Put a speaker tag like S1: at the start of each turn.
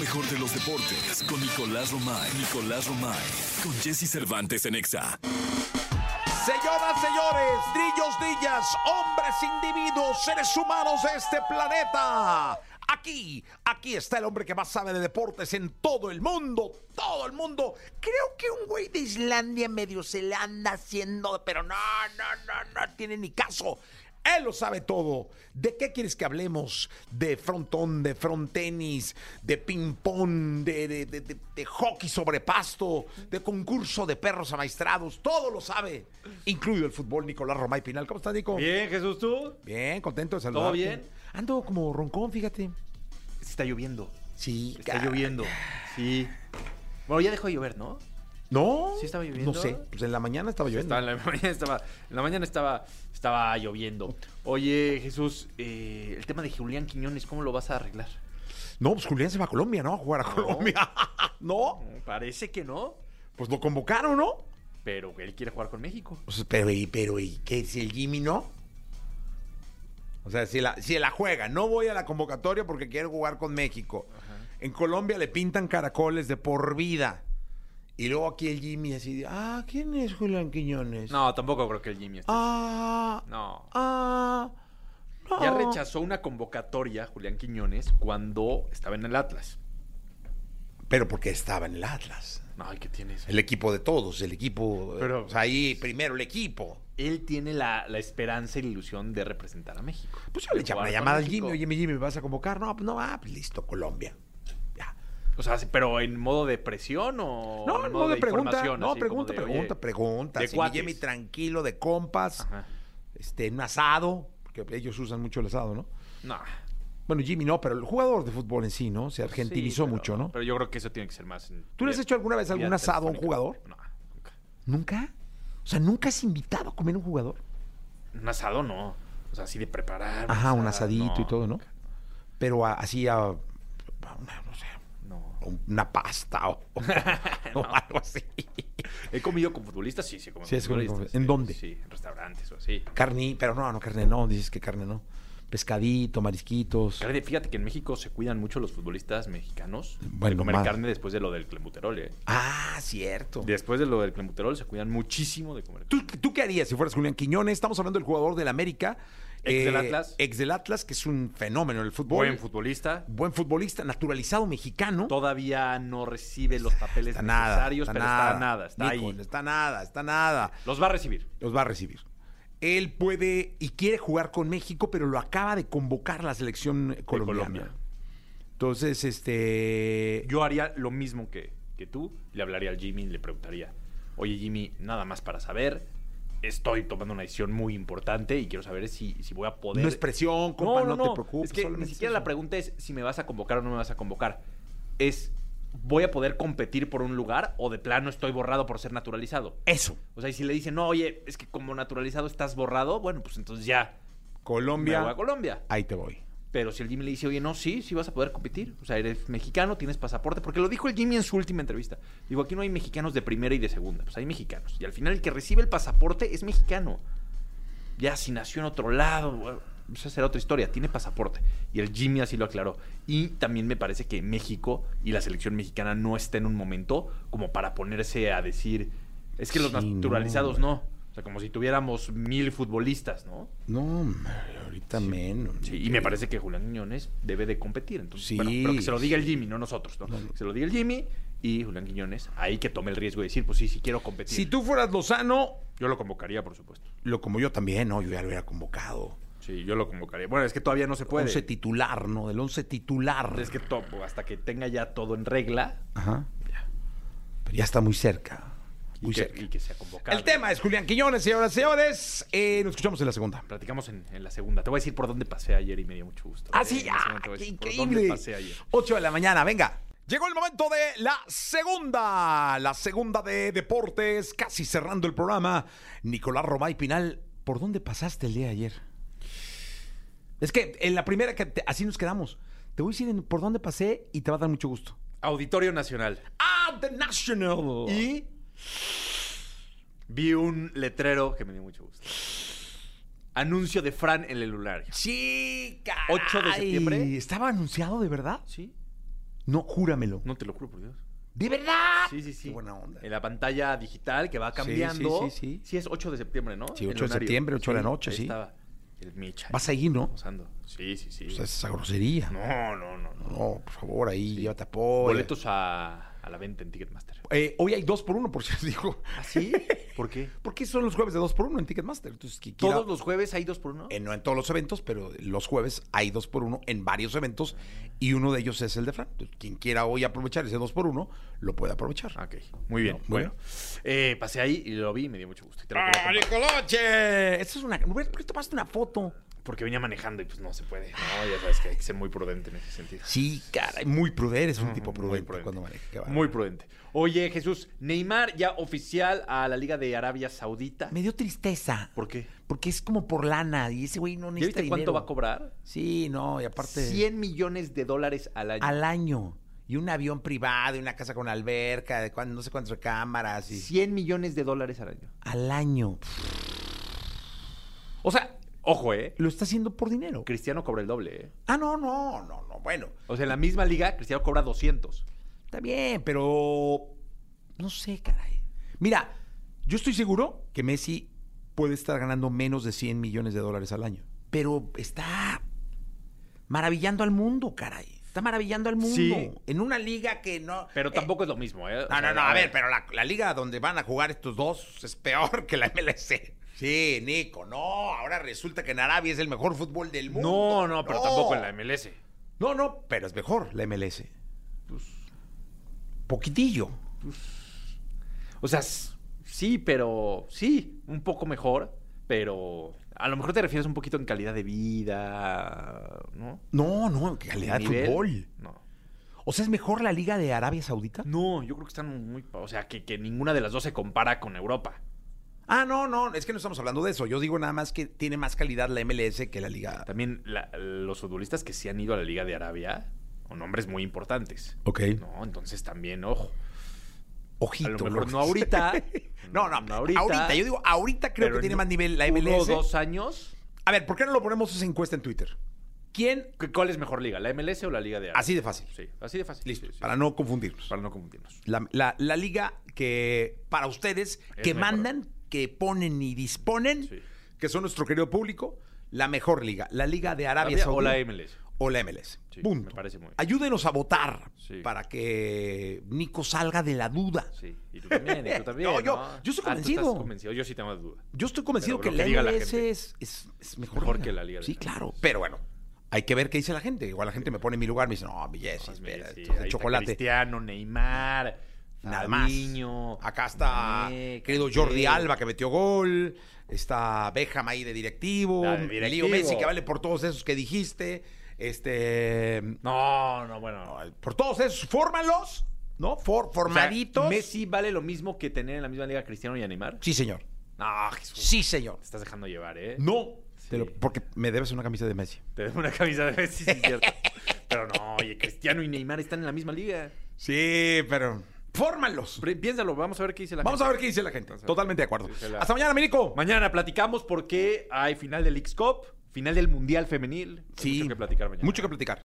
S1: mejor de los deportes con Nicolás Romay. Nicolás Romay. Con Jesse Cervantes en Exa.
S2: Señoras, señores, drillos, drillas, hombres, individuos, seres humanos de este planeta. Aquí, aquí está el hombre que más sabe de deportes en todo el mundo, todo el mundo. Creo que un güey de Islandia medio se le anda haciendo, pero no, no, no, no tiene ni caso. Él lo sabe todo. ¿De qué quieres que hablemos? De frontón, de frontenis, de ping-pong, de, de, de- de- de hockey sobre pasto, de concurso de perros amaestrados. Todo lo sabe, incluido el fútbol. Nicolás Romay Pinal. ¿Cómo estás, Nico?
S3: Bien, Jesús, ¿tú?
S2: Bien, contento de saludarte.
S3: bien?
S2: Ando como roncón, fíjate.
S3: Está lloviendo.
S2: Sí,
S3: Está
S2: ca-
S3: lloviendo. Sí. Bueno, ya dejó de llover, ¿no?
S2: No.
S3: ¿Sí estaba lloviendo?
S2: No sé. Pues en la mañana estaba lloviendo.
S3: Estaba en la mañana estaba, en la mañana estaba, estaba lloviendo. Oye, Jesús, eh, el tema de Julián Quiñones, ¿cómo lo vas a arreglar?
S2: No, pues Julián se va a Colombia, ¿no? A jugar a Colombia. ¿No?
S3: Mm, Parece que no,
S2: Pues lo convocaron, ¿no?
S3: pero él quiere jugar con México.
S2: Pues, pero, ¿y, pero, ¿y qué si el Jimmy no? O sea, si la, si la juega, no voy a la convocatoria porque quiero jugar con México. En Colombia le pintan caracoles de por vida. Y luego aquí el Jimmy así de, ah, ¿quién es Julián Quiñones?
S3: No, tampoco creo que el Jimmy esté.
S2: Ah,
S3: No.
S2: ah, no.
S3: Ya rechazó una convocatoria, Julián Quiñones, cuando estaba en el Atlas.
S2: Pero porque estaba en el Atlas.
S3: Ay, ¿qué tienes?
S2: El equipo de todos, el equipo.
S3: Pero-
S2: o sea, ahí primero el equipo.
S3: Él tiene la, la esperanza y la ilusión de representar a México.
S2: Pues yo le
S3: De
S2: echaba una
S3: jugar con
S2: llamada al
S3: México.
S2: Jimmy, oye, mi Jimmy, ¿me vas a convocar? No, pues no, ah, pues listo, Colombia. Ya.
S3: O sea, sí, pero en modo de presión o
S2: No,
S3: en
S2: no,
S3: modo
S2: de pregunta,
S3: información,
S2: no,
S3: así como
S2: pregunta,
S3: de, oye,
S2: pregunta, pregunta.
S3: de
S2: Sí, mi
S3: cuates.
S2: Jimmy tranquilo, de compas,
S3: Ajá.
S2: este, en un asado, porque ellos usan mucho el asado, ¿no?
S3: No.
S2: Bueno, Jimmy no, pero el jugador de fútbol en sí, ¿no? Se argentinizó
S3: Sí, pero-
S2: mucho, ¿no?
S3: Pero yo creo que eso tiene que ser más. en
S2: ¿Tú le has
S3: vía-
S2: hecho alguna vez
S3: vía
S2: algún asado a un
S3: telefónica.
S2: jugador?
S3: No, nunca.
S2: ¿Nunca? O sea, ¿nunca has invitado a comer a un jugador?
S3: Un asado no. O sea, así de preparar.
S2: Ajá, un asadito y
S3: no,
S2: todo, ¿no?
S3: nunca.
S2: Pero a- así a, a una, no sé,
S3: No.
S2: una pasta o, o algo así.
S3: He comido con futbolistas, sí, sí, he comido
S2: Sí, has comido con-
S3: futbolistas,
S2: ¿en
S3: sí,
S2: dónde?
S3: Sí, en restaurantes o así.
S2: Carne, pero no, no, carne no, dices que carne no. Pescadito, marisquitos.
S3: Carne, fíjate que en México se cuidan mucho los futbolistas mexicanos
S2: Bueno,
S3: de comer
S2: más.
S3: carne después de lo del clenbuterol, ¿eh?
S2: Ah, cierto.
S3: Después de lo del clenbuterol se cuidan muchísimo de comer
S2: ¿Tú, tú qué harías si fueras Julián Quiñones? Estamos hablando del jugador del América. Eh,
S3: Ex del Atlas.
S2: Ex del Atlas, que es un fenómeno en el fútbol.
S3: Buen futbolista.
S2: Buen futbolista, naturalizado mexicano.
S3: Todavía no recibe los papeles
S2: está nada.
S3: necesarios, pero está nada, está
S2: Nico,
S3: ahí.
S2: Está nada, está nada.
S3: Los va a recibir.
S2: Los va a recibir. Él puede y quiere jugar con México, pero lo acaba de convocar la selección colombiana.
S3: Colombia.
S2: Entonces, este.
S3: Yo haría lo mismo que, que tú. Le hablaría al Jimmy y le preguntaría, oye Jimmy, nada más para saber, estoy tomando una decisión muy importante y quiero saber si, si voy a poder...
S2: No es presión, compa, no, te preocupes.
S3: Es que ni
S2: solamente
S3: siquiera
S2: es
S3: la
S2: eso.
S3: pregunta es si me vas a convocar o no me vas a convocar. Es, ¿voy a poder competir por un lugar o de plano estoy borrado por ser naturalizado?
S2: Eso.
S3: O sea, y si le dicen, no, oye, es que como naturalizado estás borrado, bueno, pues entonces ya.
S2: Colombia.
S3: Me voy a Colombia.
S2: Ahí te voy.
S3: Pero si el Jimmy le dice, oye, no, sí, sí vas a poder competir. O sea, eres mexicano, tienes pasaporte. Porque lo dijo el Jimmy en su última entrevista. Digo, aquí no hay mexicanos de primera y de segunda. Pues hay mexicanos. Y al final el que recibe el pasaporte es mexicano. Ya si nació en otro lado, bueno, esa será otra historia. Tiene pasaporte. Y el Jimmy así lo aclaró. Y también me parece que México y la selección mexicana no está en un momento como para ponerse a decir, es que los
S2: Sí, no,
S3: naturalizados no. O sea, como si tuviéramos mil futbolistas, ¿no?
S2: No, hombre, ahorita menos.
S3: Sí, y me parece que Julián Quiñones debe de competir. Entonces,
S2: Sí.
S3: bueno, pero que se lo diga el Jimmy, no nosotros, ¿no? Que se lo diga el Jimmy y Julián Quiñones, ahí que tome el riesgo de decir, pues sí, sí quiero competir.
S2: Si tú fueras Lozano,
S3: Yo lo convocaría, por supuesto.
S2: lo como yo también, ¿no? Yo ya lo hubiera convocado.
S3: Sí, yo lo convocaría. Bueno, es que todavía no se puede.
S2: Once titular, ¿no? Del once titular.
S3: Es que to- hasta que tenga ya todo en regla
S2: Ajá. Pero ya está muy cerca.
S3: y,
S2: Muy
S3: que,
S2: cerca.
S3: y que sea convocado.
S2: El tema es Julián Quiñones, señoras y señores. Eh, nos escuchamos en la segunda.
S3: Platicamos en, en la segunda. Te voy a decir por dónde pasé ayer y me dio mucho gusto. Eh,
S2: Así,
S3: en la
S2: ah,
S3: segunda te voy a
S2: qué
S3: decir por
S2: increíble.
S3: dónde pasé ayer.
S2: 8 de la mañana, venga. Llegó el momento de la segunda, la segunda de deportes, casi cerrando el programa. Nicolás Romay Pinal, ¿por dónde pasaste el día de ayer? Es que en la primera que te- así nos quedamos. Te voy a decir en- por dónde pasé y te va a dar mucho gusto.
S3: Auditorio Nacional.
S2: Ah, The National.
S3: Y vi un letrero que me dio mucho gusto. Anuncio de Fran en el lunario.
S2: chica.
S3: 8 de septiembre.
S2: ¿Estaba anunciado de verdad?
S3: ¿Sí?
S2: No, júramelo.
S3: No te lo juro por Dios.
S2: ¿De verdad?
S3: Sí, sí, sí.
S2: Ah, Qué buena onda.
S3: En la pantalla digital que va cambiando.
S2: sí, sí, sí.
S3: es 8 de septiembre, ¿no?
S2: Sí,
S3: El
S2: 8 de
S3: lunario.
S2: septiembre, 8 de la noche,
S3: ahí
S2: sí.
S3: Estaba el Micha.
S2: Vas a ir, Pues ¿no? O
S3: Posando. Sí, sí, sí.
S2: sea, esa grosería. No,
S3: No, no, no. no.
S2: por favor, ahí, llévate apoyo.
S3: Boletos a, a la venta en Ticketmaster.
S2: Eh, hoy hay dos por uno, por si os digo.
S3: ¿Ah, sí? ¿Por qué?
S2: Porque son los jueves de dos por uno en Ticketmaster. Entonces, que quiera-
S3: ¿Todos los jueves hay dos por uno?
S2: eh, no en todos los eventos, pero los jueves hay dos por uno en varios eventos y uno de ellos es el de Fran. Entonces, quien quiera hoy aprovechar ese dos por uno, lo puede aprovechar.
S3: Ah, Ok, muy bien.
S2: No, muy
S3: bueno, Eh, pasé ahí y lo vi y me dio mucho gusto. y te lo quería
S2: ¡Ah,
S3: compartir.
S2: Nicoloche! Esta es una. Roberto, ¿Por qué tomaste una foto?
S3: Porque venía manejando y pues no se puede. No, ya sabes que hay que ser muy prudente en ese sentido.
S2: Sí, caray, muy prudente. Eres un tipo
S3: Mm, muy
S2: prudente,
S3: prudente.
S2: cuando maneja. qué bárbaro.
S3: Muy prudente. Oye, Jesús, Neymar ya oficial a la Liga de Arabia Saudita.
S2: Me dio tristeza.
S3: ¿Por qué?
S2: Porque es como por lana y ese güey no
S3: ¿Ya
S2: necesita
S3: viste cuánto
S2: este dinero.
S3: va a cobrar?
S2: Sí, no, y aparte
S3: 100 millones de dólares al año.
S2: al año y un avión privado y una casa con alberca, de cuan- no sé cuántas cámaras y
S3: 100 millones de dólares al año.
S2: al año.
S3: O sea, ojo, ¿eh?
S2: Lo está haciendo por dinero.
S3: Cristiano cobra el doble, ¿eh?
S2: Ah, no, no, no, no, bueno,
S3: O sea, en la misma liga, Cristiano cobra 200.
S2: está bien, pero no sé, caray. Mira, yo estoy seguro que Messi puede estar ganando menos de 100 millones de dólares al año, pero está maravillando al mundo, caray. Está maravillando al mundo
S3: Sí.
S2: en una liga que no
S3: Pero
S2: Eh,
S3: tampoco es lo mismo, ¿eh? O
S2: No,
S3: sea,
S2: no, no, a ver, pero la, la liga donde van a jugar estos dos es peor que la MLC. Sí, Nico, no, ahora resulta que en Arabia es el mejor fútbol del mundo.
S3: No, no, pero tampoco en la MLS.
S2: No, no, pero es mejor la MLS. Pues, poquitillo.
S3: O sea, s- sí, pero sí, un poco mejor, pero a lo mejor te refieres un poquito en calidad de vida, ¿no?
S2: No, no, calidad de
S3: Nivel.
S2: fútbol.
S3: No.
S2: O sea, ¿es mejor la liga de Arabia Saudita?
S3: No, yo creo que están muy, pa- o sea, que, que ninguna de las dos se compara con Europa.
S2: Ah, no, no, es que no estamos hablando de eso. Yo digo nada más que tiene más calidad la MLS que la liga.
S3: También la- los futbolistas que sí han ido a la Liga de Arabia, con nombres muy importantes.
S2: Ok.
S3: No, entonces también, ojo.
S2: Ojito.
S3: A lo mejor
S2: ¿no?
S3: no ahorita.
S2: No, no,
S3: no
S2: ahorita. Yo digo, ahorita creo
S3: pero
S2: que
S3: en
S2: tiene más nivel la
S3: uno
S2: MLS.
S3: o dos años.
S2: A ver, ¿por qué no lo ponemos esa encuesta en Twitter? ¿Quién?
S3: ¿cu- ¿Cuál es mejor liga? ¿La MLS o la Liga de Arabia?
S2: Así de fácil.
S3: Sí, así de fácil.
S2: Listo,
S3: Sí, sí.
S2: para no confundirnos.
S3: Para no confundirnos.
S2: La, la- la liga que para ustedes,
S3: Es
S2: que
S3: mejor.
S2: mandan, que ponen y disponen,
S3: Sí.
S2: que son nuestro querido público, la mejor liga, la liga de Arabia
S3: Arabia o
S2: Saudita.
S3: la MLS.
S2: O la MLS.
S3: Sí,
S2: Punto.
S3: me parece muy bien.
S2: Ayúdenos a votar
S3: Sí.
S2: para que Nico salga de la duda.
S3: Sí, y tú también, y tú también.
S2: No, yo-
S3: ¿no?
S2: yo estoy
S3: Ah, tú estás
S2: convencido.
S3: convencido. Yo sí tengo duda.
S2: Yo estoy convencido
S3: Pero
S2: que
S3: lo que
S2: la
S3: diga la
S2: MLS
S3: gente.
S2: es, es- es mejor,
S3: Mejor que la Liga de
S2: Sí,
S3: la
S2: claro.
S3: MLS.
S2: Pero bueno, hay que ver qué dice la gente. Igual la gente me pone en mi lugar, me dice, no, mi Jesse,
S3: Sí,
S2: espera,
S3: sí,
S2: esto es
S3: ahí
S2: de
S3: está
S2: chocolate.
S3: Cristiano, Neymar,
S2: Nada más.
S3: Fabinho,
S2: Acá está
S3: Mané,
S2: querido
S3: Kanté.
S2: Jordi Alba que metió gol. Está Béjama ahí de directivo.
S3: La de
S2: Leo
S3: directivo.
S2: Messi que vale por todos esos que dijiste. Este.
S3: No, no, bueno.
S2: Por todos esos, fórmalos, ¿no? For- formaditos.
S3: O sea, ¿Messi vale lo mismo que tener en la misma liga a Cristiano y a Neymar?
S2: Sí, señor.
S3: No, Jesús.
S2: Sí, señor.
S3: Te estás dejando llevar, ¿eh?
S2: No.
S3: Sí.
S2: Te lo- porque me debes una camisa de Messi.
S3: Te dejo una camisa de Messi, sí, es cierto. Pero no, oye, Cristiano y Neymar están en la misma liga.
S2: Sí, pero. Fórmalos.
S3: Pre- Piénsalo, vamos a ver qué dice la
S2: Vamos
S3: gente.
S2: a ver qué dice la gente. Totalmente de acuerdo.
S3: Dice la-
S2: Hasta mañana, Mirico.
S3: Mañana platicamos por qué hay final del X-Cup, final del Mundial Femenil. Hay
S2: Sí.
S3: Mucho que platicar mañana.
S2: Mucho que platicar.